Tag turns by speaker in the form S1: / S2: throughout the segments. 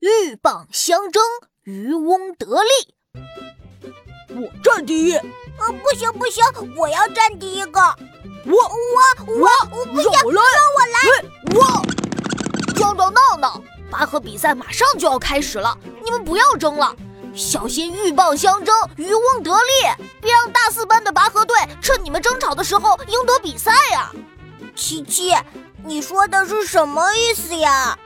S1: 鹬蚌相争，渔翁得利。
S2: 我占第
S1: 啊
S2: 一，
S3: 呃，不行不行，我要占第一个。
S2: 我
S3: 我我我不行，
S2: 让我来，
S3: 让
S2: 我来，我。
S1: 壮壮闹闹，拔河比赛马上就要开始了，你们不要争了，小心鹬蚌相争，渔翁得利，别让大四班的拔河队趁你们争吵的时候赢得比赛呀、啊！
S3: 琪琪，你说的是什么意思呀？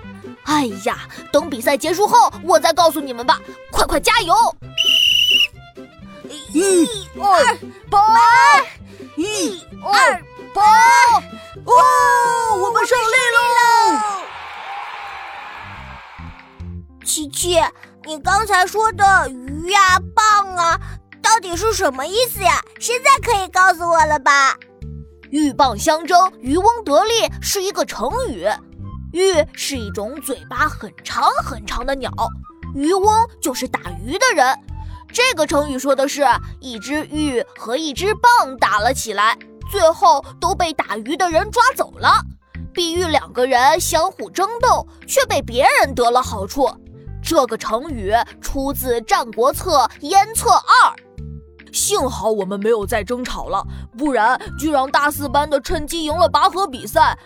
S1: 哎呀，等比赛结束后我再告诉你们吧，快快加油！
S3: 一二八，一二八，
S2: 哦，我们胜利喽！
S3: 琪琪，你刚才说的鱼呀、啊、蚌啊，到底是什么意思呀？现在可以告诉我了吧？
S1: 鹬蚌相争，渔翁得利是一个成语。鹬是一种嘴巴很长很长的鸟，渔翁就是打鱼的人。这个成语说的是一只鹬和一只蚌打了起来，最后都被打鱼的人抓走了，比喻两个人相互争斗，却被别人得了好处。这个成语出自《战国策·燕策二》。
S2: 幸好我们没有再争吵了，不然就让大四班的趁机赢了拔河比赛，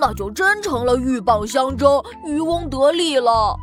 S2: 那就真成了鹬蚌相争、渔翁得利了。